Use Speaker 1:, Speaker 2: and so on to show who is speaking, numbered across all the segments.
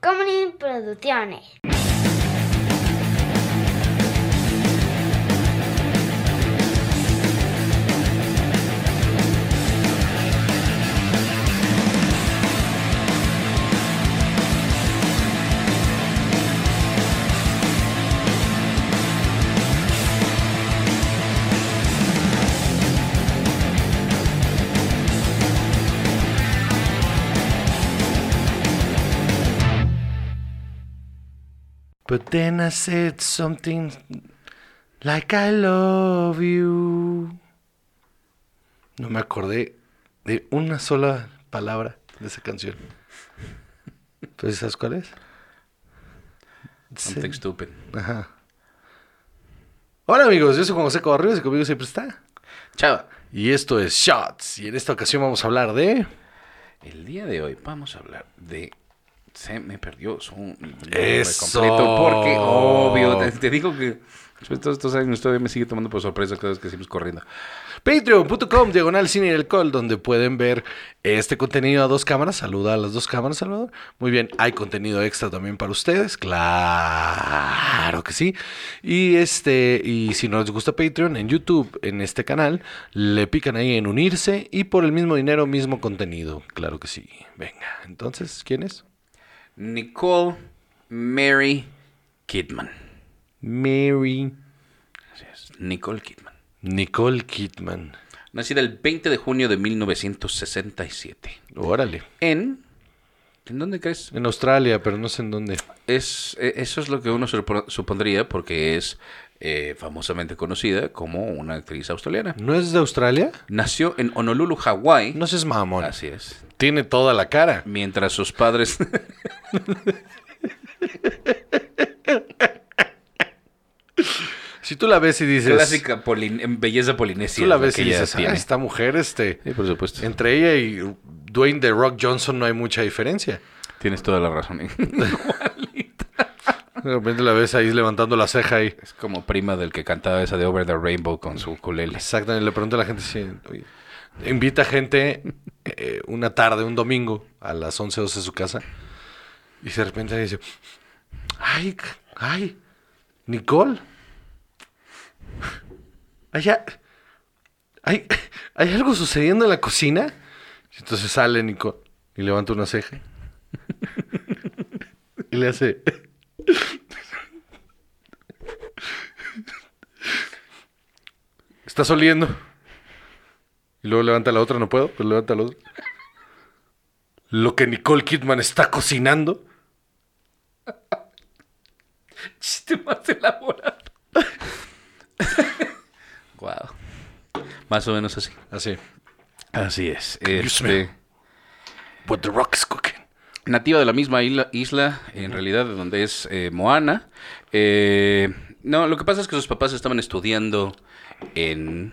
Speaker 1: Comedy Producciones.
Speaker 2: But then I said something like I love you. No me acordé de una sola palabra de esa canción. ¿Pero sabes cuál es?
Speaker 3: Something stupid.
Speaker 2: Ajá. Hola amigos, yo soy Juan José Cobarrios y conmigo siempre está.
Speaker 3: Chava,
Speaker 2: Y esto es Shots. Y en esta ocasión vamos a hablar de...
Speaker 3: el día de hoy vamos a hablar de. Se me perdió su nombre
Speaker 2: Eso.
Speaker 3: porque obvio, te, te digo que después de todos estos años todavía me sigue tomando por sorpresa cada vez que seguimos corriendo.
Speaker 2: Patreon.com, diagonal cine y alcohol, donde pueden ver este contenido a dos cámaras. Saluda a las dos cámaras, Salvador. Muy bien, hay contenido extra también para ustedes. Claro que sí. Y este, y si no les gusta Patreon, en YouTube, en este canal, le pican ahí en unirse y por el mismo dinero, mismo contenido. Claro que sí. Venga, entonces, ¿quién es?
Speaker 3: Nicole Mary Kidman.
Speaker 2: Mary
Speaker 3: Así es, Nicole Kidman.
Speaker 2: Nicole Kidman.
Speaker 3: Nacida el 20 de junio de 1967.
Speaker 2: Órale.
Speaker 3: En. ¿En dónde crees?
Speaker 2: En Australia, pero no sé en dónde.
Speaker 3: Es, e- eso es lo que uno surpo- supondría porque es eh, famosamente conocida como una actriz australiana.
Speaker 2: ¿No es de Australia?
Speaker 3: Nació en Honolulu, Hawái.
Speaker 2: No seas mamón.
Speaker 3: Así es.
Speaker 2: Tiene toda la cara.
Speaker 3: Mientras sus padres...
Speaker 2: Si tú la ves y dices.
Speaker 3: clásica polin- en belleza polinesia.
Speaker 2: Tú la
Speaker 3: es lo
Speaker 2: ves
Speaker 3: que
Speaker 2: y
Speaker 3: ella
Speaker 2: dices, "Ah,
Speaker 3: tiene.
Speaker 2: esta mujer, este.
Speaker 3: Sí, por supuesto.
Speaker 2: Entre ella y Dwayne The Rock Johnson no hay mucha diferencia.
Speaker 3: Tienes toda la razón.
Speaker 2: De repente la ves ahí levantando la ceja ahí.
Speaker 3: es como prima del que cantaba esa de Over the Rainbow con su ukulele.
Speaker 2: Exactamente, le pregunto a la gente si. oye, invita gente eh, una tarde, un domingo, a las 11, 12 de su casa. Y de repente dice: Ay, c- ay, Nicole. ¿Hay, a- hay, hay algo sucediendo en la cocina? Y entonces sale Nicole y levanta una ceja. y le hace. Estás oliendo. Y luego levanta la otra, no puedo, pero levanta la otra. Lo que Nicole Kidman está cocinando.
Speaker 3: Chiste más elaborado. wow. Más o menos así. Este,
Speaker 2: Así.
Speaker 3: Así es.
Speaker 2: smell. What the rock is cooking.
Speaker 3: nativa de la misma isla, isla, en realidad, de donde es eh, Moana. Eh, no, lo que pasa es que sus papás estaban estudiando en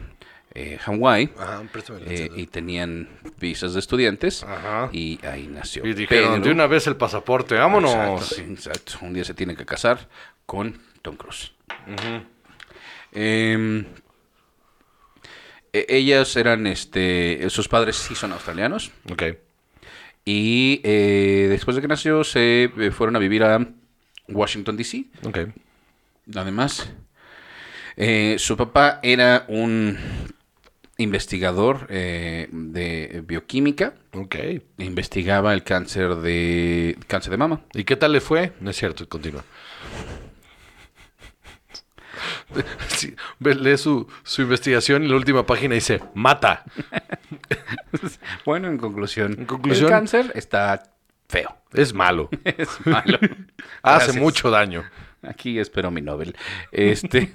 Speaker 3: eh, Hawái
Speaker 2: Ajá, préstame el
Speaker 3: eh, y
Speaker 2: encendedor.
Speaker 3: tenían visas de estudiantes
Speaker 2: Ajá.
Speaker 3: y ahí nació.
Speaker 2: Ah. Y dijeron,
Speaker 3: Pedro.
Speaker 2: de una vez el pasaporte, vámonos.
Speaker 3: Exacto, sí, exacto. Un día se tiene que casar con Tom Cruise. Em, e- ellas eran, este, sus padres sí son australianos.
Speaker 2: Ok.
Speaker 3: Y eh, después de que nació, se eh, fueron a vivir a Washington, D.C.
Speaker 2: Ok.
Speaker 3: Además, eh, su papá era un investigador eh, de bioquímica.
Speaker 2: Ok.
Speaker 3: Investigaba el cáncer de cáncer de mama.
Speaker 2: ¿Y qué tal le fue? No es cierto, continúa. Sí, ve- lee su, su investigación y la última página dice, mata.
Speaker 3: Bueno, en conclusión,
Speaker 2: En conclusión-
Speaker 3: el cáncer está feo.
Speaker 2: Es malo.
Speaker 3: Es malo.
Speaker 2: Hace
Speaker 3: Gracias.
Speaker 2: mucho daño.
Speaker 3: Aquí espero mi Nobel. Este.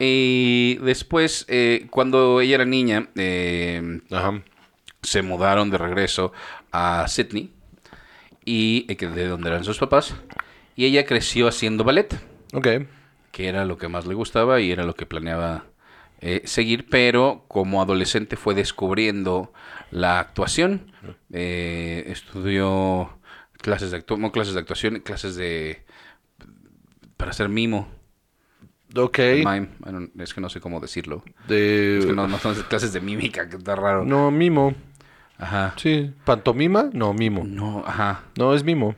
Speaker 3: y después, eh, cuando ella era niña, eh,
Speaker 2: Ajá.
Speaker 3: se mudaron de regreso a Sydney, y, eh, que de donde eran sus papás, y ella creció haciendo ballet,
Speaker 2: Ok.
Speaker 3: que era lo que más le gustaba y era lo que planeaba eh, seguir, pero como adolescente fue descubriendo la actuación, eh, estudió clases de, actu- no clases de actuación, clases de... para ser mimo.
Speaker 2: Ok.
Speaker 3: mime, I don't- es que no sé cómo decirlo.
Speaker 2: De...
Speaker 3: Es que no, no son clases de mímica, que está raro.
Speaker 2: No, mimo.
Speaker 3: Ajá.
Speaker 2: Sí. ¿Pantomima? No, mimo.
Speaker 3: No, ajá.
Speaker 2: No, es mimo.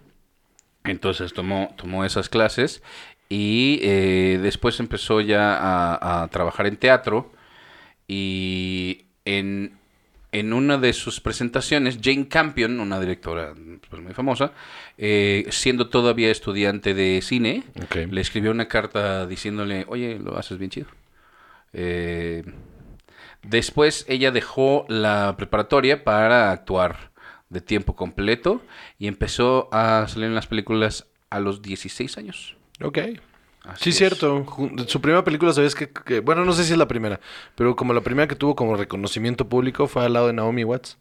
Speaker 3: Entonces tomó, tomó esas clases y eh, después empezó ya a, a trabajar en teatro y en, en una de sus presentaciones, Jane Campion, una directora pues, muy famosa, eh, siendo todavía estudiante de cine,
Speaker 2: Ok.
Speaker 3: le escribió una carta diciéndole, oye, lo haces bien chido. Eh, después ella dejó la preparatoria para actuar de tiempo completo y empezó a salir en las películas a los 16 años.
Speaker 2: Ok.
Speaker 3: Así
Speaker 2: sí,
Speaker 3: es.
Speaker 2: cierto. Ju- Su primera película, ¿sabes que, que- Bueno, no sé si es la primera, pero como la primera que tuvo como reconocimiento público fue al lado de Naomi Watts.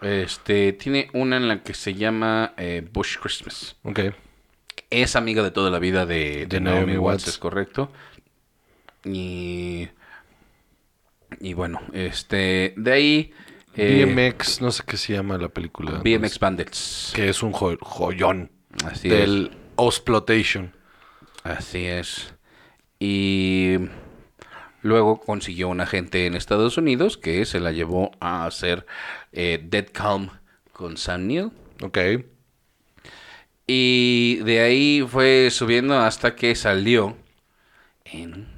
Speaker 3: Este, tiene una en la que se llama eh, Bush Christmas.
Speaker 2: Ok.
Speaker 3: Es amiga de toda la vida de, de
Speaker 2: De
Speaker 3: Naomi,
Speaker 2: Naomi
Speaker 3: Watts,
Speaker 2: Watts.
Speaker 3: es correcto. Y, y bueno, este, de ahí... eh,
Speaker 2: BMX, no sé qué se llama la película.
Speaker 3: BMX Bandits.
Speaker 2: Que es un jo- joyón
Speaker 3: Así es.
Speaker 2: del Osplotation.
Speaker 3: Así es. Y luego consiguió un agente en Estados Unidos que se la llevó a hacer eh, Dead Calm con Sam Neill.
Speaker 2: Ok.
Speaker 3: Y de ahí fue subiendo hasta que salió en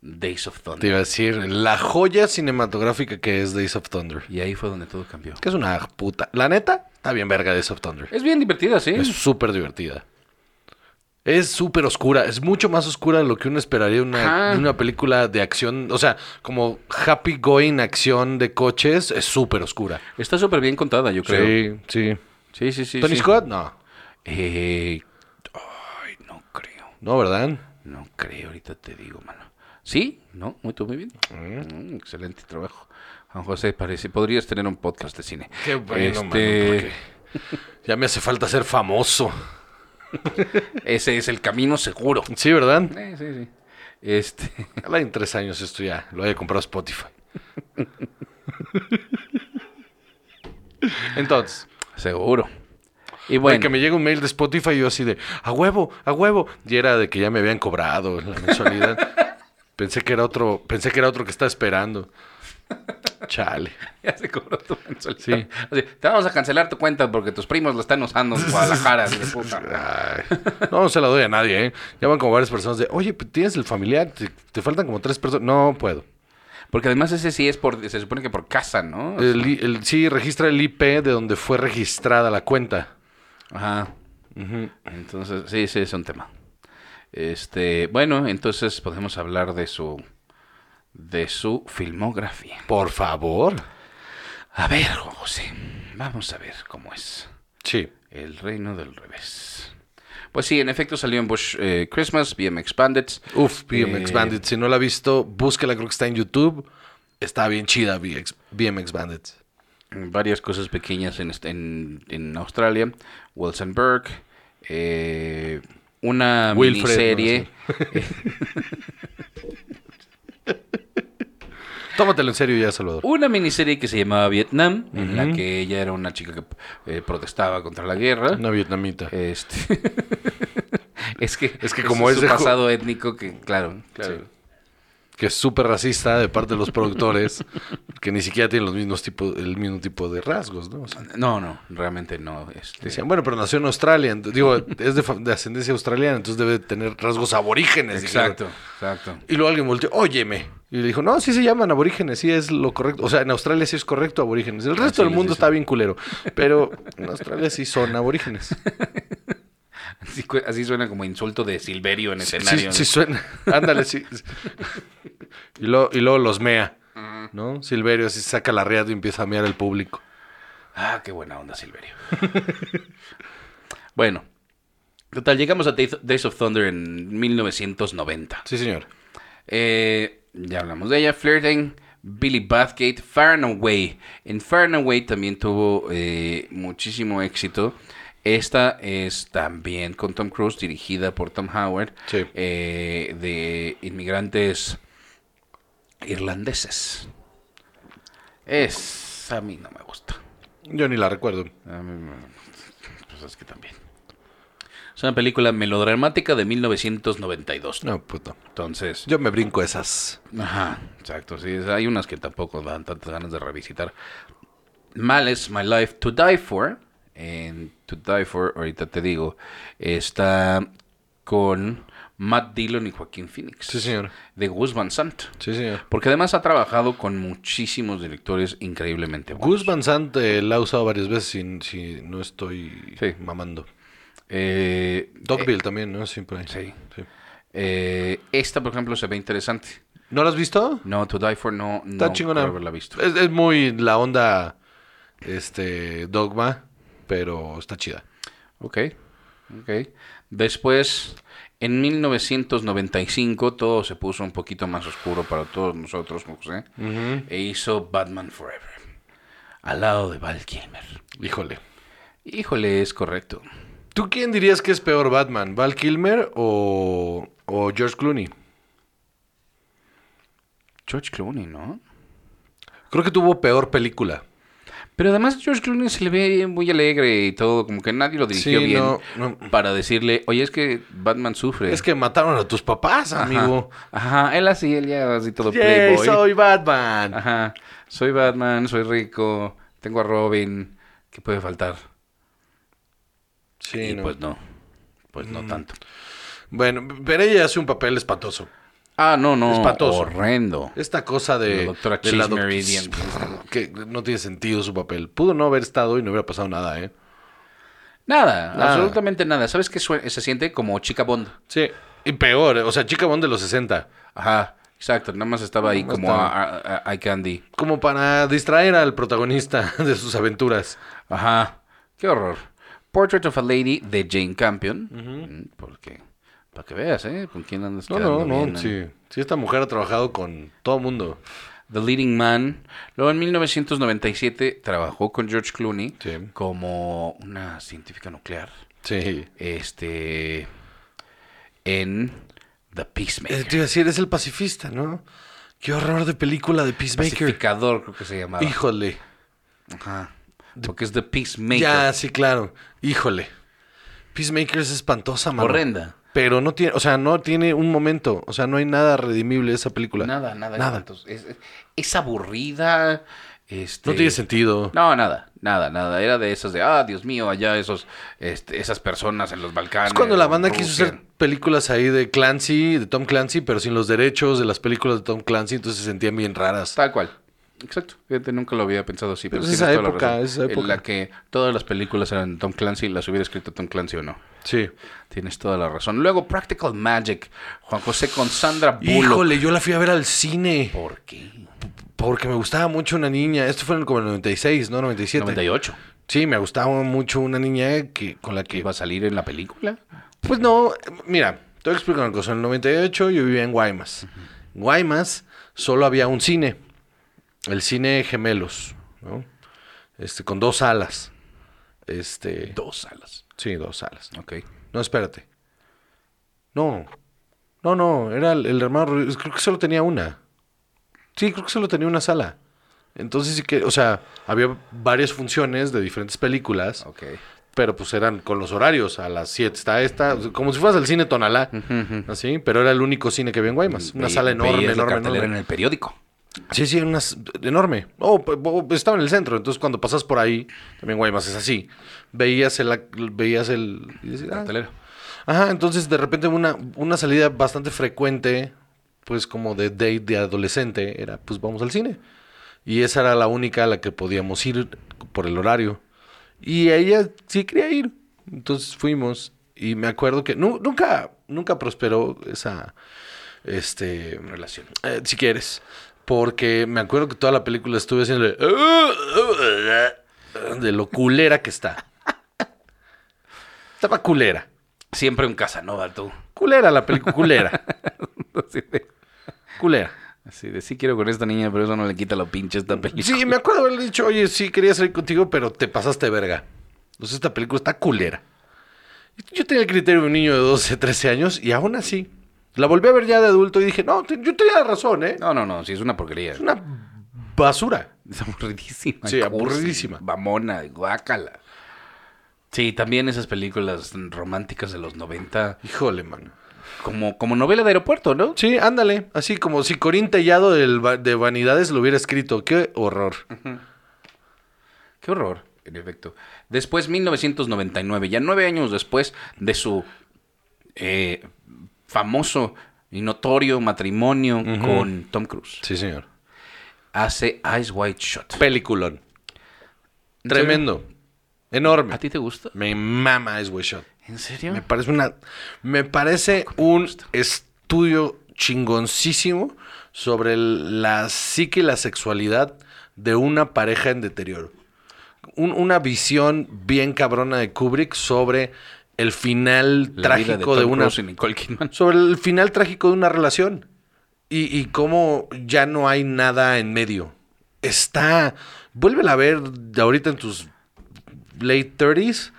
Speaker 3: Days of
Speaker 2: Te
Speaker 3: Thunder.
Speaker 2: iba a decir, la joya cinematográfica que es Days of Thunder.
Speaker 3: Y ahí fue donde todo cambió.
Speaker 2: Que es una puta. La neta, está bien verga Days of Thunder.
Speaker 3: Es bien divertida, sí.
Speaker 2: Es súper divertida. Es súper oscura. Es mucho más oscura de lo que uno esperaría de una,
Speaker 3: Ajá.
Speaker 2: de una película de acción. O sea, como happy going acción de coches, es súper oscura.
Speaker 3: Está súper bien contada, yo creo.
Speaker 2: sí.
Speaker 3: Sí, sí, sí.
Speaker 2: Tony
Speaker 3: sí.
Speaker 2: Scott, no.
Speaker 3: Eh, ay, no creo.
Speaker 2: No, ¿verdad?
Speaker 3: No creo, ahorita te digo, mano. ¿Sí? ¿No? Muy, tú, muy bien. Mm, excelente trabajo. Juan José, parece, podrías tener un podcast de cine.
Speaker 2: Qué bueno, mano,
Speaker 3: Este,
Speaker 2: Ya me hace falta ser famoso.
Speaker 3: Ese es el camino seguro.
Speaker 2: Sí, ¿verdad?
Speaker 3: Eh, sí, sí. Este,
Speaker 2: Ojalá en tres años esto ya lo haya comprado Spotify. Entonces,
Speaker 3: seguro. Y
Speaker 2: Bueno.
Speaker 3: bueno,
Speaker 2: que me llega un mail de Spotify y yo así de, a huevo, a huevo. Y era de que ya me habían cobrado la mensualidad. pensé que era otro, pensé que era otro que está esperando. Chale.
Speaker 3: ya se cobró tu mensualidad.
Speaker 2: Sí.
Speaker 3: Así, te vamos a cancelar tu cuenta porque tus primos lo están usando en Guadalajara. de puta.
Speaker 2: Ay, no se la doy a nadie, ¿eh? Ya van como varias personas de, oye, pues, tienes el familiar, te, te faltan como tres personas. No puedo.
Speaker 3: Porque además ese sí es por, se supone que por casa, ¿no?
Speaker 2: El i- el- sí, registra el IP de donde fue registrada la cuenta.
Speaker 3: Ajá.
Speaker 2: Ujú.
Speaker 3: Entonces, sí, sí, es un tema. Este, bueno, entonces podemos hablar de su de su filmografía.
Speaker 2: Por favor.
Speaker 3: A ver, Juan José, vamos a ver cómo es
Speaker 2: Sí.
Speaker 3: El Reino del Revés. Pues sí, en efecto salió en Bush eh, Christmas, BMX Bandits.
Speaker 2: Uf, BMX
Speaker 3: Eh,
Speaker 2: Bandits. Si no la ha visto, búsquela, creo que está en YouTube. Está bien chida BX BMX Bandits.
Speaker 3: Varias cosas pequeñas en, este- en, en Australia. Wilsonburg. eh, una
Speaker 2: Wilfred,
Speaker 3: miniserie.
Speaker 2: Tómatelo en serio ya, Salvador.
Speaker 3: una miniserie que se llamaba Vietnam, en la que ella era una chica que eh, protestaba contra la guerra.
Speaker 2: Una vietnamita.
Speaker 3: Este... es que
Speaker 2: Es que como
Speaker 3: ese
Speaker 2: es de
Speaker 3: su
Speaker 2: ju-
Speaker 3: pasado étnico que claro, claro.
Speaker 2: Que es súper racista de parte de los productores. que ni siquiera tienen los mismos tipos, el mismo tipo de rasgos, ¿no? O sea,
Speaker 3: No, no, realmente no. Este...
Speaker 2: decían, bueno, pero nació en Australia. ent- Digo, es de, fa- de ascendencia australiana, entonces debe tener rasgos aborígenes. dijeron.
Speaker 3: Exacto, exacto.
Speaker 2: Y luego alguien volteó, óyeme. Y le dijo, no, sí se llaman aborígenes, sí es lo correcto. O sea, en Australia sí es correcto aborígenes. El resto
Speaker 3: Así
Speaker 2: del
Speaker 3: les
Speaker 2: mundo
Speaker 3: dicen.
Speaker 2: está bien culero. Pero en Australia sí son aborígenes.
Speaker 3: Así, cu- así suena como insulto de Silverio en
Speaker 2: Sí,
Speaker 3: escenario.
Speaker 2: sí, sí suena. Ándale, sí. Y luego, y luego los mea, ¿no? Silverio así saca la riata y empieza a mear al público.
Speaker 3: Ah, qué buena onda, Silverio. bueno, total, llegamos a Days Days of Thunder en 1990.
Speaker 2: Sí, señor.
Speaker 3: Eh, ya hablamos de ella. Flirting, Billy Bathgate, Far and Away. En Far and Away también tuvo eh, muchísimo éxito. Esta es también con Tom Cruise, dirigida por Tom Howard,
Speaker 2: Sí.
Speaker 3: eh, de inmigrantes irlandeses. Es a mí no me gusta.
Speaker 2: Yo ni la recuerdo.
Speaker 3: A mí me- pues es que también. Es una película melodramática de 1992.
Speaker 2: No, puto.
Speaker 3: Entonces,
Speaker 2: Yo me brinco esas.
Speaker 3: Ajá, exacto, sí, es- hay unas que tampoco dan tantas ganas de revisitar. Malice, My Life to Die For. En To Die For, ahorita te digo, está con Matt Dillon y Joaquín Phoenix.
Speaker 2: Sí, señor.
Speaker 3: De Gus Van Sant.
Speaker 2: Sí, señor.
Speaker 3: Porque además ha trabajado con muchísimos directores increíblemente buenos.
Speaker 2: Gus Van Sant eh, la ha usado varias veces si, si no estoy
Speaker 3: Sí.
Speaker 2: mamando.
Speaker 3: Eh,
Speaker 2: Dogville también, ¿no? Sí, por ahí.
Speaker 3: sí. eh, esta, por ejemplo, se ve interesante.
Speaker 2: ¿No lo has visto?
Speaker 3: No, To Die For no, no
Speaker 2: Está chingona.
Speaker 3: creo haberla visto.
Speaker 2: Es, es muy la onda este dogma, pero está chida.
Speaker 3: Ok, ok. Después, en 1995, todo se puso un poquito más oscuro para todos nosotros, José. E hizo Batman Forever. Al lado de Val Kilmer.
Speaker 2: Híjole.
Speaker 3: Híjole, es correcto.
Speaker 2: ¿Tú quién dirías que es peor Batman? ¿Val Kilmer o, o George Clooney?
Speaker 3: George Clooney, ¿no?
Speaker 2: Creo que tuvo peor película.
Speaker 3: Pero además George Clooney se le ve muy alegre y todo, como que nadie lo dirigió
Speaker 2: Sí,
Speaker 3: bien
Speaker 2: no, no.
Speaker 3: para decirle, oye, es que Batman sufre.
Speaker 2: Es que mataron a tus papás, amigo.
Speaker 3: Ajá, ajá, él así, él ya así todo
Speaker 2: Yay,
Speaker 3: playboy.
Speaker 2: soy Batman.
Speaker 3: Ajá, soy Batman, soy rico, tengo a Robin, ¿qué puede faltar?
Speaker 2: Sí,
Speaker 3: y
Speaker 2: no. Mm.
Speaker 3: pues no, pues no tanto.
Speaker 2: Bueno, pero ella hace un papel espantoso.
Speaker 3: Ah, no, no,
Speaker 2: Espantoso.
Speaker 3: horrendo.
Speaker 2: Esta cosa de
Speaker 3: La doctora
Speaker 2: de la
Speaker 3: Chase
Speaker 2: doc-
Speaker 3: Meridian.
Speaker 2: que no tiene sentido su papel. Pudo no haber estado y no hubiera pasado nada, ¿eh?
Speaker 3: Nada,
Speaker 2: Nada.
Speaker 3: absolutamente nada. ¿Sabes qué sue- se siente como chica Bond?
Speaker 2: Sí. Y peor, o sea, chica Bond de los 60.
Speaker 3: Ajá, exacto, nada más estaba ahí
Speaker 2: Nada más
Speaker 3: como
Speaker 2: estaba.
Speaker 3: a, a- a- a- Eye Candy.
Speaker 2: Como para distraer al protagonista de sus aventuras.
Speaker 3: Ajá, qué horror. Portrait of a Lady de Jane Campion. Mm, Porque, para que veas, ¿eh? ¿Con quién andas
Speaker 2: No,
Speaker 3: quedando
Speaker 2: no, no,
Speaker 3: bien, eh?
Speaker 2: sí. Sí, esta mujer ha trabajado con todo mundo.
Speaker 3: The Leading Man. Luego en 1997 trabajó con George Clooney
Speaker 2: Sí.
Speaker 3: como una científica nuclear.
Speaker 2: Sí.
Speaker 3: Este. En The
Speaker 2: Eh,
Speaker 3: Peacemaker.
Speaker 2: te iba a decir, es el pacifista, ¿no? Qué horror de película de Peacemaker.
Speaker 3: Pacificador, creo que se llamaba.
Speaker 2: Híjole.
Speaker 3: Ajá. Porque es The Peacemaker.
Speaker 2: Ya, sí, claro. Híjole. Peacemaker es espantosa, mano.
Speaker 3: Horrenda.
Speaker 2: Pero no tiene, o sea, no tiene un momento. O sea, no hay nada redimible de esa película.
Speaker 3: Nada, nada.
Speaker 2: Nada.
Speaker 3: espantoso. Es, es- es aburrida. Este,
Speaker 2: No tiene sentido.
Speaker 3: No, nada, nada, nada. Era de esas de, ah, Dios mío, allá esos, este, esas personas en los Balcanes.
Speaker 2: Es cuando la banda
Speaker 3: en
Speaker 2: quiso
Speaker 3: Rusia.
Speaker 2: hacer películas ahí de Clancy, de Tom Clancy, pero sin los derechos de las películas de Tom Clancy, entonces se sentían bien raras.
Speaker 3: Tal cual. Exacto. Fíjate, nunca lo había pensado así. Pero,
Speaker 2: Pero Pues es
Speaker 3: tienes
Speaker 2: esa
Speaker 3: toda la
Speaker 2: época,
Speaker 3: razón.
Speaker 2: es esa época.
Speaker 3: En la que todas las películas eran Tom Clancy, las hubiera escrito Tom Clancy o no.
Speaker 2: Sí.
Speaker 3: Tienes toda la razón. Luego, Practical Magic. Juan José con Sandra Bullock.
Speaker 2: Híjole, yo la fui a ver al cine
Speaker 3: ¿Por qué?
Speaker 2: porque me gustaba mucho una niña. Esto fue en el- como en el 96, ¿no? 97.
Speaker 3: 98.
Speaker 2: Sí, me gustaba mucho una niña que, con la
Speaker 3: ¿Que
Speaker 2: que...
Speaker 3: iba a salir en la película?
Speaker 2: Pues no, mira, te voy a explicar una cosa. En el 98 yo vivía en Guaymas. En Guaymas solo había un cine, el cine Gemelos, ¿no? Este, con dos salas. Este,
Speaker 3: Dos salas.
Speaker 2: sí, dos salas.
Speaker 3: Ok.
Speaker 2: No, espérate. No. No, no, era el, el hermano Rodríguez. Creo que solo tenía una. Sí, creo que solo tenía una sala. Entonces sí que, o sea, había varias funciones de diferentes películas,
Speaker 3: Ok.
Speaker 2: pero pues eran con los horarios. A las 7 está esta, o sea, como si fueras al cine Tonalá, así, pero era el único cine que había en Guaymas. Una
Speaker 3: Ve-
Speaker 2: sala enorme,
Speaker 3: veías la
Speaker 2: enorme,
Speaker 3: cartelera
Speaker 2: enorme.
Speaker 3: en el periódico.
Speaker 2: Sí, sí, unas enorme. Oh, p- p- estaba en el centro, entonces cuando pasas por ahí, también Guaymas es así. Veías el, veías el, y decías, "Ah,
Speaker 3: Cartelera.
Speaker 2: Ajá, entonces de repente una, una salida bastante frecuente, pues como de date de adolescente, era pues vamos al cine. Y esa era la única a la que podíamos ir por el horario. Y ella sí quería ir. Entonces fuimos y me acuerdo que nu- nunca, nunca prosperó esa, este,
Speaker 3: Relación.
Speaker 2: eh, si quieres. Porque me acuerdo que toda la película estuve haciendo de lo culera que está. Estaba culera.
Speaker 3: Siempre un Casanova, tú.
Speaker 2: Culera la película, culera,
Speaker 3: Así de,
Speaker 2: culera.
Speaker 3: así de, sí quiero con esta niña, pero eso no le quita lo pinche a esta película.
Speaker 2: Sí, me acuerdo haberle dicho, oye, sí quería salir contigo, pero te pasaste de verga. Entonces esta película está culera. Yo tenía el criterio de un niño de 12, 13 años y aún así. La volví a ver ya de adulto y dije, no, te- yo tenía razón, ¿eh?
Speaker 3: No, no, no, sí, es una porquería.
Speaker 2: Es una basura.
Speaker 3: Es aburridísima.
Speaker 2: Sí,
Speaker 3: cursi,
Speaker 2: aburridísima.
Speaker 3: Mamona, guácala. Sí, también esas películas románticas de los 90,
Speaker 2: Híjole, mano.
Speaker 3: como, como novela de aeropuerto, ¿no?
Speaker 2: Sí, ándale. Así como si Corín Tellado del va- de Vanidades lo hubiera escrito. Qué horror.
Speaker 3: Qué horror, en efecto. Después, 1999, ya nueve años después de su eh, famoso y notorio matrimonio con Tom Cruise,
Speaker 2: Sí, señor.
Speaker 3: hace Ice White Shot.
Speaker 2: Peliculón. Tremendo. Enorme.
Speaker 3: ¿A ti te gusta?
Speaker 2: Me mama Ice White Shot.
Speaker 3: ¿En serio?
Speaker 2: Me parece una. Me parece un estudio chingoncísimo sobre el- la psique y la sexualidad de una pareja en deterioro. Un- una visión bien cabrona de Kubrick sobre el final
Speaker 3: La vida
Speaker 2: trágico de,
Speaker 3: Tom
Speaker 2: una.
Speaker 3: Cruise y Nicole Kidman.
Speaker 2: Sobre el final trágico de una relación. Y, y cómo ya no hay nada en medio. Está. Vuélvela a ver ahorita en tus late 30s.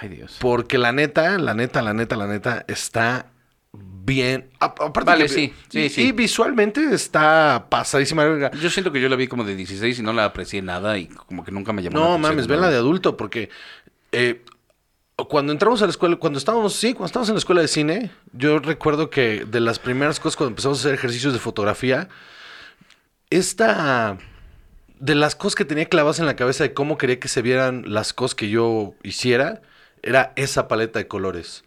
Speaker 3: Ay, Dios.
Speaker 2: Porque la neta, la neta, la neta, la neta, está bien. A- Aparte
Speaker 3: Vale,
Speaker 2: que-
Speaker 3: sí, sí,
Speaker 2: y,
Speaker 3: sí.
Speaker 2: y visualmente está pasadísima. de verga.
Speaker 3: Yo siento que yo la vi como de 16 y no la aprecié nada y como que nunca me llamó la
Speaker 2: No
Speaker 3: atención
Speaker 2: mames,
Speaker 3: nada.
Speaker 2: venla de adulto, porque eh, cuando entramos a la escuela, cuando estábamos, sí, cuando estábamos en la escuela de cine, yo recuerdo que de las primeras cosas cuando empezamos a hacer ejercicios de fotografía, esta de las cosas que tenía clavadas en la cabeza de cómo quería que se vieran las cosas que yo hiciera, era esa paleta de colores.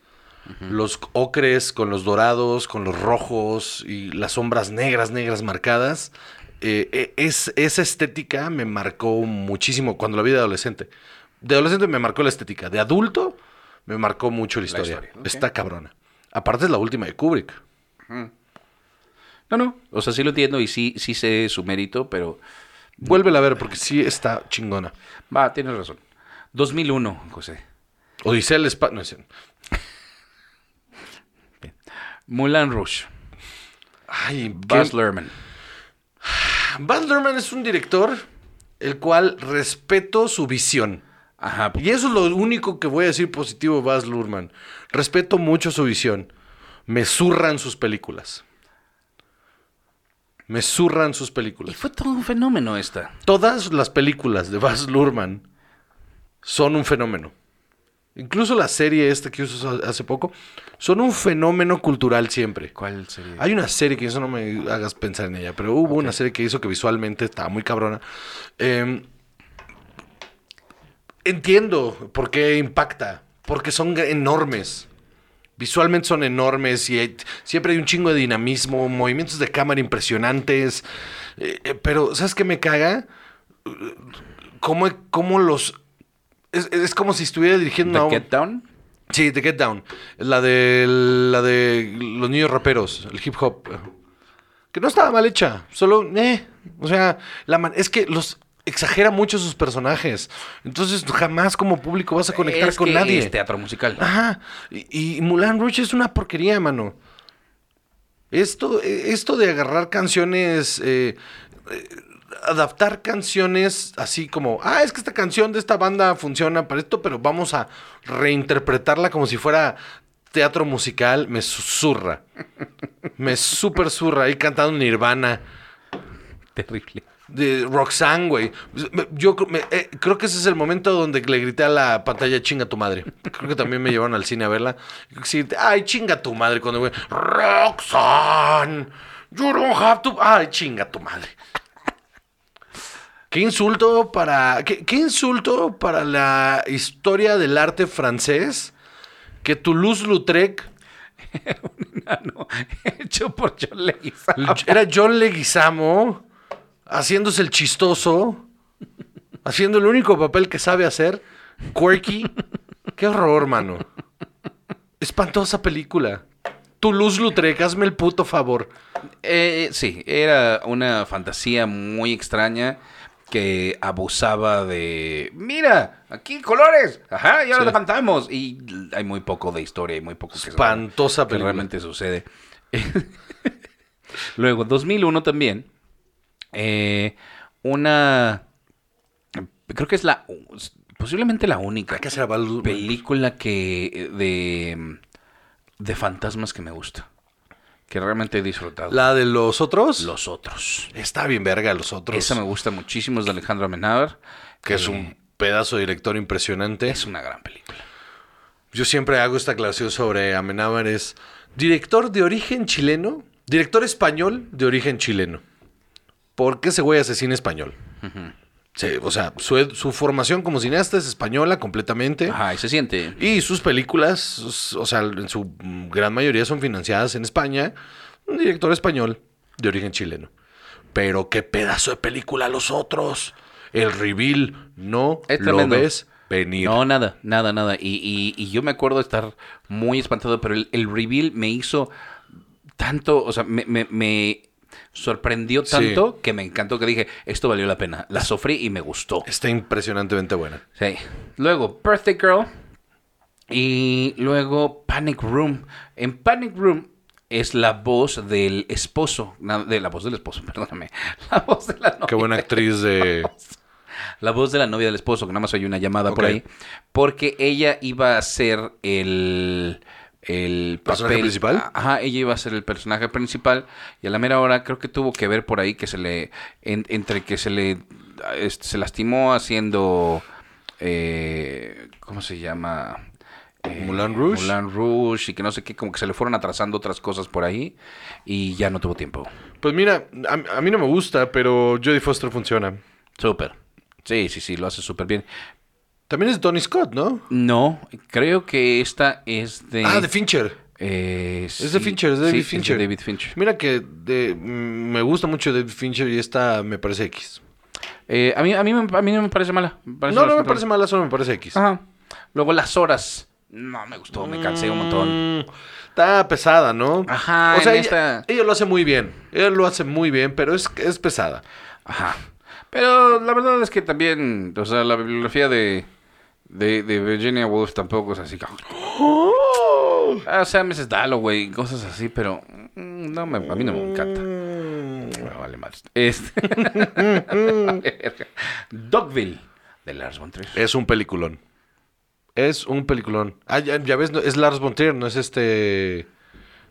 Speaker 2: Los ocres con los dorados, con los rojos y las sombras negras, negras marcadas. Eh, eh, es, esa estética me marcó muchísimo cuando la vi de adolescente. De adolescente me marcó la estética. De adulto me marcó mucho la historia.
Speaker 3: historia, ok.
Speaker 2: Está cabrona. Aparte es la última de Kubrick.
Speaker 3: No, no. O sea, sí lo entiendo y sí, sí sé su mérito, pero
Speaker 2: Vuélvela a ver porque sí está chingona.
Speaker 3: va, tienes razón. 2001, José.
Speaker 2: Odisea del espacio. No, es cierto.
Speaker 3: Mulan Rush.
Speaker 2: Ay,
Speaker 3: Baz
Speaker 2: qué-
Speaker 3: Luhrmann.
Speaker 2: Baz Luhrmann es un director el cual respeto su visión.
Speaker 3: Ajá.
Speaker 2: Y eso es lo único que voy a decir positivo de Baz Luhrmann. Respeto mucho su visión. Me zurran sus películas. Me zurran sus
Speaker 3: Y
Speaker 2: películas.
Speaker 3: fue todo un fenómeno esta.
Speaker 2: Todas las películas de Baz Luhrmann son un fenómeno. Incluso la serie esta que usó hace poco son un fenómeno cultural siempre.
Speaker 3: ¿Cuál sería?
Speaker 2: Hay una serie que eso no me hagas pensar en ella, pero hubo una serie que hizo que visualmente estaba muy cabrona. Eh, entiendo por qué impacta, porque son gr- enormes. Visualmente son enormes y hay- siempre hay un chingo de dinamismo, movimientos de cámara impresionantes. Eh, eh, pero, ¿sabes qué me caga? Eh, ¿Cómo, cómo los... Es, es como si estuviera dirigiendo
Speaker 3: ¿The
Speaker 2: una-
Speaker 3: Get Down?
Speaker 2: Sí, The Get Down. La de, la de los niños raperos, el hip hop. Que no estaba mal hecha. Solo, eh. O sea, la man- es que los exagera mucho sus personajes. Entonces, jamás como público vas a conectar
Speaker 3: Es
Speaker 2: con
Speaker 3: que este
Speaker 2: nadie.
Speaker 3: Es teatro musical.
Speaker 2: Ajá. Y, y Mulan Rouge es una porquería, mano. Esto, eh, esto de agarrar canciones, eh, eh, adaptar canciones así como, ah, es que esta canción de esta banda funciona para esto, pero vamos a reinterpretarla como si fuera teatro musical, me susurra. Me super zurra ahí cantando Nirvana.
Speaker 3: Terrible.
Speaker 2: De Roxanne, güey. Me- Yo cr- me- eh, creo que ese es el momento donde le grité a la pantalla chinga tu madre. Creo que también me llevaron al cine a verla. Sí, ay, chinga tu madre cuando güey. Roxanne, you don't have to. Ay, chinga tu madre. Qué insulto para. Qué, qué insulto para la historia del arte francés que Toulouse-Lautrec
Speaker 3: Enano hecho por John Leguizamo.
Speaker 2: Pues, Era John Leguizamo haciéndose el chistoso, haciendo el único papel que sabe hacer, quirky. Qué horror, mano. Espantosa película. Toulouse-Lautrec, hazme el puto favor.
Speaker 3: Eh, sí, era una fantasía muy extraña que abusaba de... Mira, aquí colores. Ajá, y
Speaker 2: Sí.
Speaker 3: ahora lo cantamos. Y hay muy poco de historia y muy poco que se-
Speaker 2: Espantosa
Speaker 3: que
Speaker 2: película.
Speaker 3: realmente sucede. Luego, 2001 también. eh, una... Creo que es la... Posiblemente la única
Speaker 2: Hay que hacer a Baz Luhrmann.
Speaker 3: película que... eh, De, de fantasmas que me gusta. Que realmente he disfrutado.
Speaker 2: La de los otros.
Speaker 3: Los otros.
Speaker 2: Está bien verga, los otros.
Speaker 3: Esa me gusta muchísimo, es de Alejandro Amenábar.
Speaker 2: Que es
Speaker 3: Eh,
Speaker 2: un pedazo de director impresionante.
Speaker 3: Es una gran película.
Speaker 2: Yo siempre hago esta aclaración sobre Amenábar. Es director de origen chileno, director español de origen chileno. Porque ese güey asesina español. Se- o sea, su, su formación como cineasta es española completamente.
Speaker 3: Ajá, y se siente.
Speaker 2: Y sus películas, o sea, en su gran mayoría son financiadas en España. Un director español de origen chileno. Pero qué pedazo de película los otros. El reveal no
Speaker 3: Es
Speaker 2: lo
Speaker 3: tremendo.
Speaker 2: ves venir.
Speaker 3: No, nada, nada, nada. Y, y- y yo me acuerdo estar muy espantado, pero el, el reveal me hizo tanto, o sea, me, me- me sorprendió
Speaker 2: Sí.
Speaker 3: tanto que me encantó que dije, esto valió la pena. La sufrí y me gustó.
Speaker 2: Está impresionantemente buena.
Speaker 3: Sí. Luego, Birthday Girl. Y luego, Panic Room. En Panic Room es la voz del esposo. na- De la voz del esposo, perdóname. La voz de la novia.
Speaker 2: Qué buena actriz de...
Speaker 3: La voz de la novia del esposo, que nada más hay una llamada por
Speaker 2: Ok.
Speaker 3: ahí. Porque ella iba a ser el. El
Speaker 2: ¿Personaje
Speaker 3: papel-
Speaker 2: principal?
Speaker 3: Ajá, ella iba a ser el personaje principal. Y a la mera hora creo que tuvo que ver por ahí que se le. en- entre que se le. este, se lastimó haciendo. eh, ¿Cómo se llama? Eh,
Speaker 2: Moulin Rouge.
Speaker 3: Moulin Rouge y que no sé qué, como que se le fueron atrasando otras cosas por ahí y ya no tuvo tiempo.
Speaker 2: Pues mira, a, a mí no me gusta, pero Jodie Foster funciona.
Speaker 3: Súper. Sí, sí, sí, lo hace súper bien.
Speaker 2: También es de Tony Scott, ¿no?
Speaker 3: No, creo que esta es de.
Speaker 2: Ah, de Fincher.
Speaker 3: Eh,
Speaker 2: Es de
Speaker 3: sí,
Speaker 2: Fincher, es de
Speaker 3: sí,
Speaker 2: David
Speaker 3: de
Speaker 2: Fincher.
Speaker 3: David Fincher.
Speaker 2: Mira que de- mm, me gusta mucho David Fincher y esta me parece X.
Speaker 3: Eh, a, mí, a, mí, me- a mí no me parece mala. Me parece
Speaker 2: no, no me
Speaker 3: bastante
Speaker 2: parece mala, solo me parece X.
Speaker 3: Ajá. Luego las horas. No, me gustó, me cansé un montón.
Speaker 2: Mm, Está pesada, ¿no?
Speaker 3: Ajá,
Speaker 2: O sea,
Speaker 3: en
Speaker 2: ella,
Speaker 3: esta-
Speaker 2: ella lo hace muy bien. Ella lo hace muy bien, pero es, es pesada.
Speaker 3: Ajá. Pero la verdad es que también, o sea, la bibliografía de, de, de Virginia Woolf tampoco es así. como- Ah, o sea, Mrs. Dalloway y cosas así, pero mm, no me- a mí no me encanta.
Speaker 2: Mm.
Speaker 3: Me vale más. Este. Dogville de Lars von Trier.
Speaker 2: Es un peliculón. Es un peliculón. Ah, ya, ya ves, no- es Lars von Trier, no es este...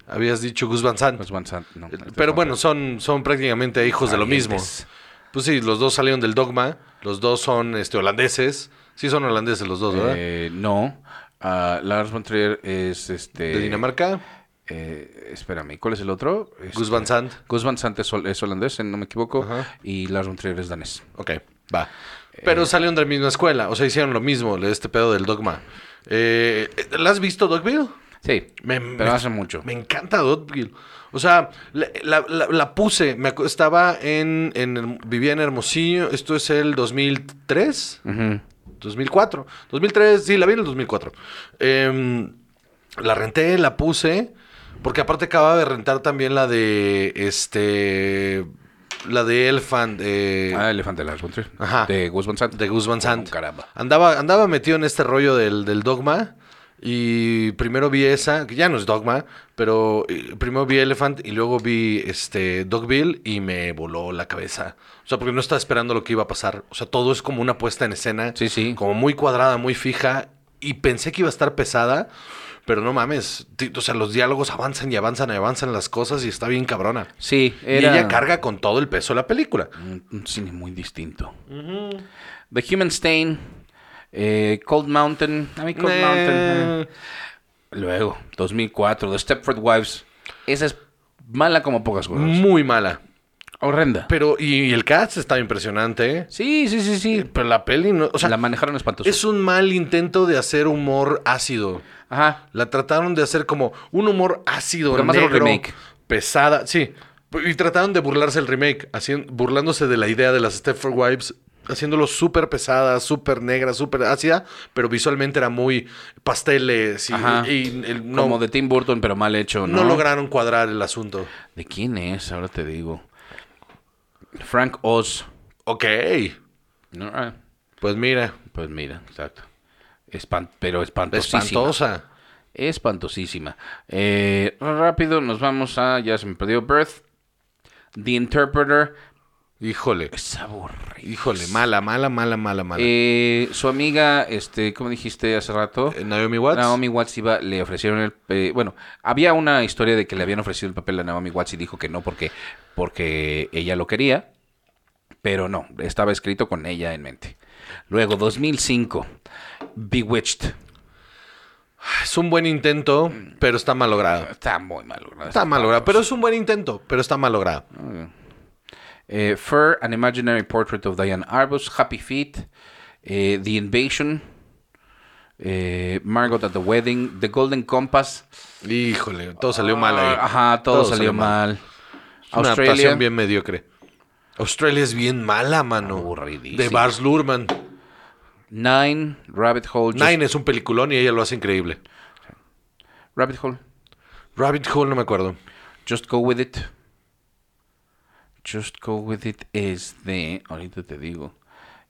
Speaker 2: Habías dicho Gus Van Sant.
Speaker 3: Los Van Sant, no,
Speaker 2: Eh,
Speaker 3: los
Speaker 2: Pero
Speaker 3: Van
Speaker 2: bueno,
Speaker 3: Sant.
Speaker 2: son, son prácticamente hijos de lo mismo.
Speaker 3: Parientes.
Speaker 2: Pues sí, los dos salieron del dogma, los dos son este, holandeses. Sí son holandeses los dos, ¿verdad?
Speaker 3: Eh, no. Ah, Lars von Trier es este.
Speaker 2: de Dinamarca,
Speaker 3: Eh, espérame, ¿cuál es el otro?
Speaker 2: Gus
Speaker 3: Este,
Speaker 2: Van Sant.
Speaker 3: Gus Van Sant es, hol- es holandés, si no me equivoco.
Speaker 2: Ajá.
Speaker 3: Y Lars von Trier es danés.
Speaker 2: Ok, va.
Speaker 3: eh,
Speaker 2: Pero salieron de la misma escuela, o sea, hicieron lo mismo, este pedo del dogma. Eh, ¿La has visto, Dogville?
Speaker 3: Sí,
Speaker 2: Me-
Speaker 3: pero
Speaker 2: me-
Speaker 3: hace mucho.
Speaker 2: Me encanta Dogville. O sea, la, la- la- la puse, me acu- estaba en, en Herm- vivía en Hermosillo, esto es el 2003.
Speaker 3: Ujú.
Speaker 2: 2004. 2003, sí, la vi en el 2004. Em, la renté, la puse, porque aparte acababa de rentar también la de, este, la de Elephant, eh,
Speaker 3: Ah, Elefante de Lars von Trier.
Speaker 2: Ajá.
Speaker 3: De Gus Van Sant.
Speaker 2: de Gus Van Sant.
Speaker 3: Oh, caramba.
Speaker 2: Andaba, andaba metido en este rollo del, del dogma. Y primero vi esa, que ya no es dogma, pero eh, primero vi Elephant y luego vi este Dogville y me voló la cabeza. O sea, porque no estaba esperando lo que iba a pasar. O sea, todo es como una puesta en escena.
Speaker 3: Sí, sí.
Speaker 2: Como muy cuadrada, muy fija. Y pensé que iba a estar pesada, pero no mames. Ti- O sea, los diálogos avanzan y avanzan y avanzan las cosas y está bien cabrona.
Speaker 3: Sí,
Speaker 2: Y
Speaker 3: era
Speaker 2: ella carga con todo el peso de la película.
Speaker 3: un, un cine muy distinto. The Human Stain. eh, Cold Mountain. A mí Cold
Speaker 2: Eh,
Speaker 3: Mountain. eh. Luego, 2004, The Stepford Wives. Esa es mala como pocas cosas.
Speaker 2: Muy mala.
Speaker 3: Horrenda.
Speaker 2: Pero, y, y el cast estaba impresionante, ¿eh?
Speaker 3: Sí, sí, sí, sí.
Speaker 2: Pero la peli no. O sea,
Speaker 3: la manejaron espantoso.
Speaker 2: es un mal intento de hacer humor ácido.
Speaker 3: Ajá.
Speaker 2: La trataron de hacer como un humor ácido,
Speaker 3: Pero más era un
Speaker 2: negro,
Speaker 3: remake.
Speaker 2: pesada. Sí. Y trataron de burlarse el remake, haciendo, burlándose de la idea de las Stepford Wives, haciéndolo súper pesada, súper negra, súper ácida, pero visualmente era muy pasteles y,
Speaker 3: Ajá.
Speaker 2: y el- no,
Speaker 3: Como de Tim Burton, pero mal hecho, ¿no?
Speaker 2: no lograron cuadrar el asunto.
Speaker 3: ¿De quién es? Ahora te digo. Frank Oz.
Speaker 2: Ok.
Speaker 3: No, ah,
Speaker 2: Pues mira,
Speaker 3: pues mira, exacto. Espan- pero espantosísima.
Speaker 2: espantosa.
Speaker 3: Espantosísima. Eh, rápido, nos vamos a... Ya se me perdió Birth. The Interpreter.
Speaker 2: Híjole.
Speaker 3: Es aburrido.
Speaker 2: Híjole, mala, mala, mala, mala, mala.
Speaker 3: Eh, su amiga, este, ¿cómo dijiste hace rato?
Speaker 2: Eh, Naomi Watts.
Speaker 3: Naomi Watts iba, le ofrecieron el... eh, bueno, había una historia de que le habían ofrecido el papel a Naomi Watts y dijo que no porque, porque ella lo quería, pero no, estaba escrito con ella en mente. Luego, 2005, Bewitched.
Speaker 2: Es un buen intento, pero está mal logrado.
Speaker 3: Está muy mal logrado.
Speaker 2: Está mal logrado, pero es un buen intento, pero está mal logrado.
Speaker 3: eh, Fur, An Imaginary Portrait of Diane Arbus, Happy Feet, eh, The Invasion, eh, Margot at the Wedding, The Golden Compass.
Speaker 2: Híjole, todo salió mal ahí.
Speaker 3: Ah, Ajá, todo, salió, mal.
Speaker 2: Es Una
Speaker 3: Australia.
Speaker 2: adaptación bien mediocre. Australia es bien mala, mano.
Speaker 3: Aburridísima.
Speaker 2: De Bars Lurman.
Speaker 3: Nine, Rabbit Hole. Just-
Speaker 2: Nine es un peliculón y ella lo hace increíble.
Speaker 3: Rabbit Hole.
Speaker 2: Rabbit Hole no me acuerdo.
Speaker 3: Just Go With It. Just Go With It es de. Ahorita te digo.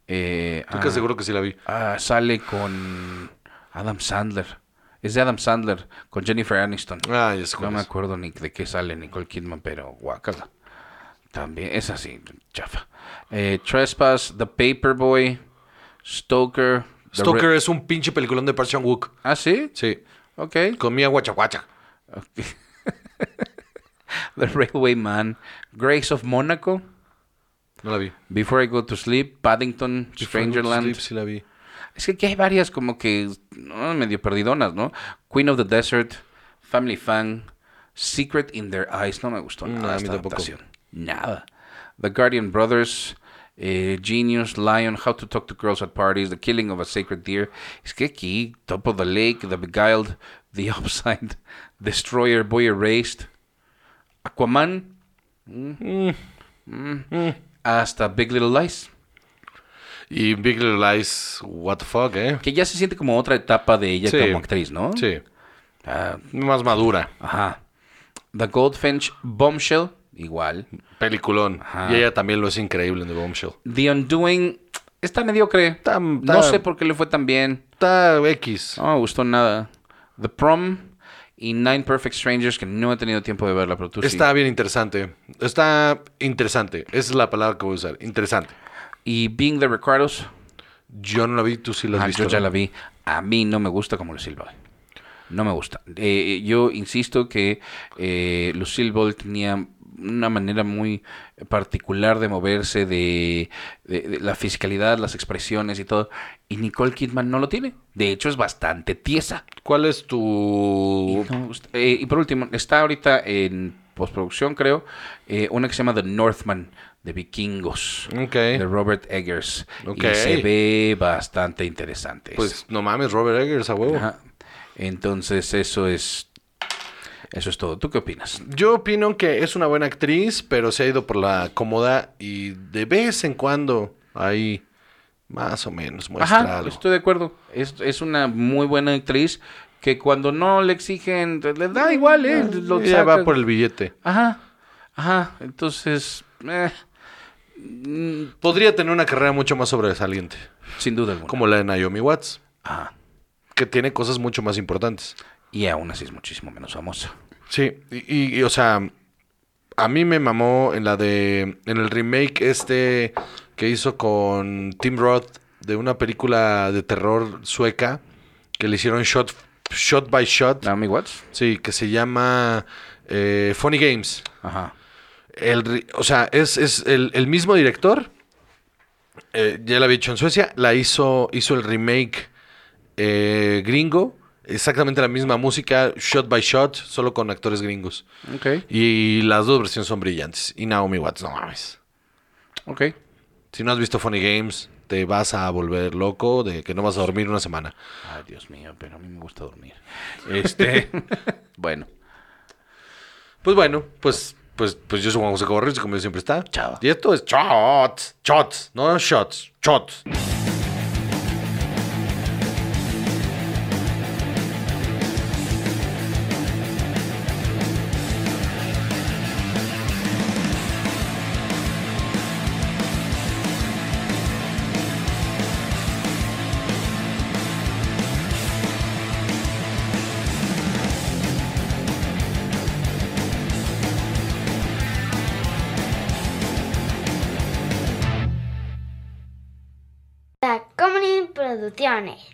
Speaker 3: Eh,
Speaker 2: Creo que
Speaker 3: ah,
Speaker 2: seguro que sí la vi.
Speaker 3: ah, sale con Adam Sandler. Es de Adam Sandler con Jennifer Aniston.
Speaker 2: Ah, ya sé
Speaker 3: no
Speaker 2: cuál
Speaker 3: me
Speaker 2: es.
Speaker 3: acuerdo ni de qué sale Nicole Kidman, pero guácala. También es así, chafa. Eh, Trespass, The Paperboy, Stoker. The
Speaker 2: Stoker
Speaker 3: Re-
Speaker 2: es un pinche peliculón de Park Chan-wook.
Speaker 3: ah, sí.
Speaker 2: Sí.
Speaker 3: Ok.
Speaker 2: Comía guachaguacha.
Speaker 3: The Railway Man, Grace of Monaco,
Speaker 2: No la vi.
Speaker 3: Before I Go to Sleep, Paddington, Strangerland.
Speaker 2: Sleep sí la vi.
Speaker 3: Es que aquí hay varias como que no, medio perdidonas, ¿no? Queen of the Desert, Family Fan, Secret in Their Eyes. No me gustó
Speaker 2: No,
Speaker 3: nada
Speaker 2: Mm, a mí
Speaker 3: esta
Speaker 2: tampoco.
Speaker 3: adaptación. Nada. The Guardian Brothers, eh, Genius, Lion, How to Talk to Girls at Parties, The Killing of a Sacred Deer. Es que aquí, Top of the Lake, The Beguiled, The Upside, Destroyer, Boy Erased, Aquaman. Mm. Mm. Hasta Big Little Lies.
Speaker 2: Y Big Little Lies, what the fuck, ¿eh?
Speaker 3: Que ya se siente como otra etapa de ella
Speaker 2: Sí.
Speaker 3: como actriz, ¿no?
Speaker 2: Sí.
Speaker 3: Ah,
Speaker 2: Más madura.
Speaker 3: ajá. The Goldfinch, Bombshell, igual.
Speaker 2: Peliculón.
Speaker 3: Ajá.
Speaker 2: Y ella también lo es increíble en The Bombshell.
Speaker 3: The Undoing, está mediocre.
Speaker 2: Está-
Speaker 3: No
Speaker 2: está-
Speaker 3: sé por qué le fue tan bien.
Speaker 2: Está X.
Speaker 3: No me gustó nada. The Prom y Nine Perfect Strangers, que no he tenido tiempo de verla, pero tú pues sí.
Speaker 2: Está bien interesante. Está interesante. Esa es la palabra que voy a usar. Interesante.
Speaker 3: Y Being the Ricardos,
Speaker 2: Yo no la vi, tú sí la has
Speaker 3: ah,
Speaker 2: visto.
Speaker 3: yo ya
Speaker 2: ¿no?
Speaker 3: la vi. A mí no me gusta como Lucille Ball. No me gusta. Eh, yo insisto que eh, Lucille Ball tenía una manera muy particular de moverse, de, de- de la fiscalidad, las expresiones y todo. Y Nicole Kidman no lo tiene. De hecho, es bastante tiesa.
Speaker 2: ¿Cuál es tu...?
Speaker 3: No me gusta. Eh, y por último, está ahorita en postproducción, creo, eh, una que se llama The Northman, de vikingos,
Speaker 2: Ok.
Speaker 3: de Robert Eggers.
Speaker 2: Ok.
Speaker 3: Y se ve bastante interesante.
Speaker 2: Pues no mames, Robert Eggers, a huevo.
Speaker 3: Ajá. Entonces, eso es. Eso es todo. ¿Tú qué opinas?
Speaker 2: Yo opino que es una buena actriz, pero se ha ido por la cómoda y de vez en cuando ahí más o menos muestra
Speaker 3: Ajá,
Speaker 2: algo.
Speaker 3: estoy de acuerdo. Es, es una muy buena actriz que cuando no le exigen, le da igual, ¿eh? Lo
Speaker 2: Ella Ah, va
Speaker 3: saca.
Speaker 2: por el billete.
Speaker 3: Ajá, ajá. Entonces, eh, mm,
Speaker 2: Podría tener una carrera mucho más sobresaliente,
Speaker 3: sin duda alguna.
Speaker 2: como la de Naomi Watts,
Speaker 3: Ajá.
Speaker 2: que tiene cosas mucho más importantes.
Speaker 3: Y aún así es muchísimo menos famosa.
Speaker 2: Sí, y, y- y, o sea, a mí me mamó en la de. En el remake este que hizo con Tim Roth de una película de terror sueca que le hicieron shot, shot by shot.
Speaker 3: Naomi Watts.
Speaker 2: Sí, que se llama eh, Funny Games.
Speaker 3: Ajá.
Speaker 2: El ri- o sea, es, es el, el mismo director. eh, ya la había hecho en Suecia. La hizo, hizo el remake eh, gringo. Exactamente la misma música, shot by shot, solo con actores gringos.
Speaker 3: Ok.
Speaker 2: Y las dos versiones son brillantes. Y Naomi Watts, no mames.
Speaker 3: Ok.
Speaker 2: Si no has visto Funny Games, te vas a volver loco de que no vas a dormir una semana.
Speaker 3: Ay, Dios mío, pero a mí me gusta dormir. Este. bueno.
Speaker 2: Pues bueno, pues, pues, pues yo soy Juan José Cobarrios y como yo siempre está.
Speaker 3: Chao.
Speaker 2: Y esto es shots, shots, no shots, shots.
Speaker 1: Tacomunin Producciones.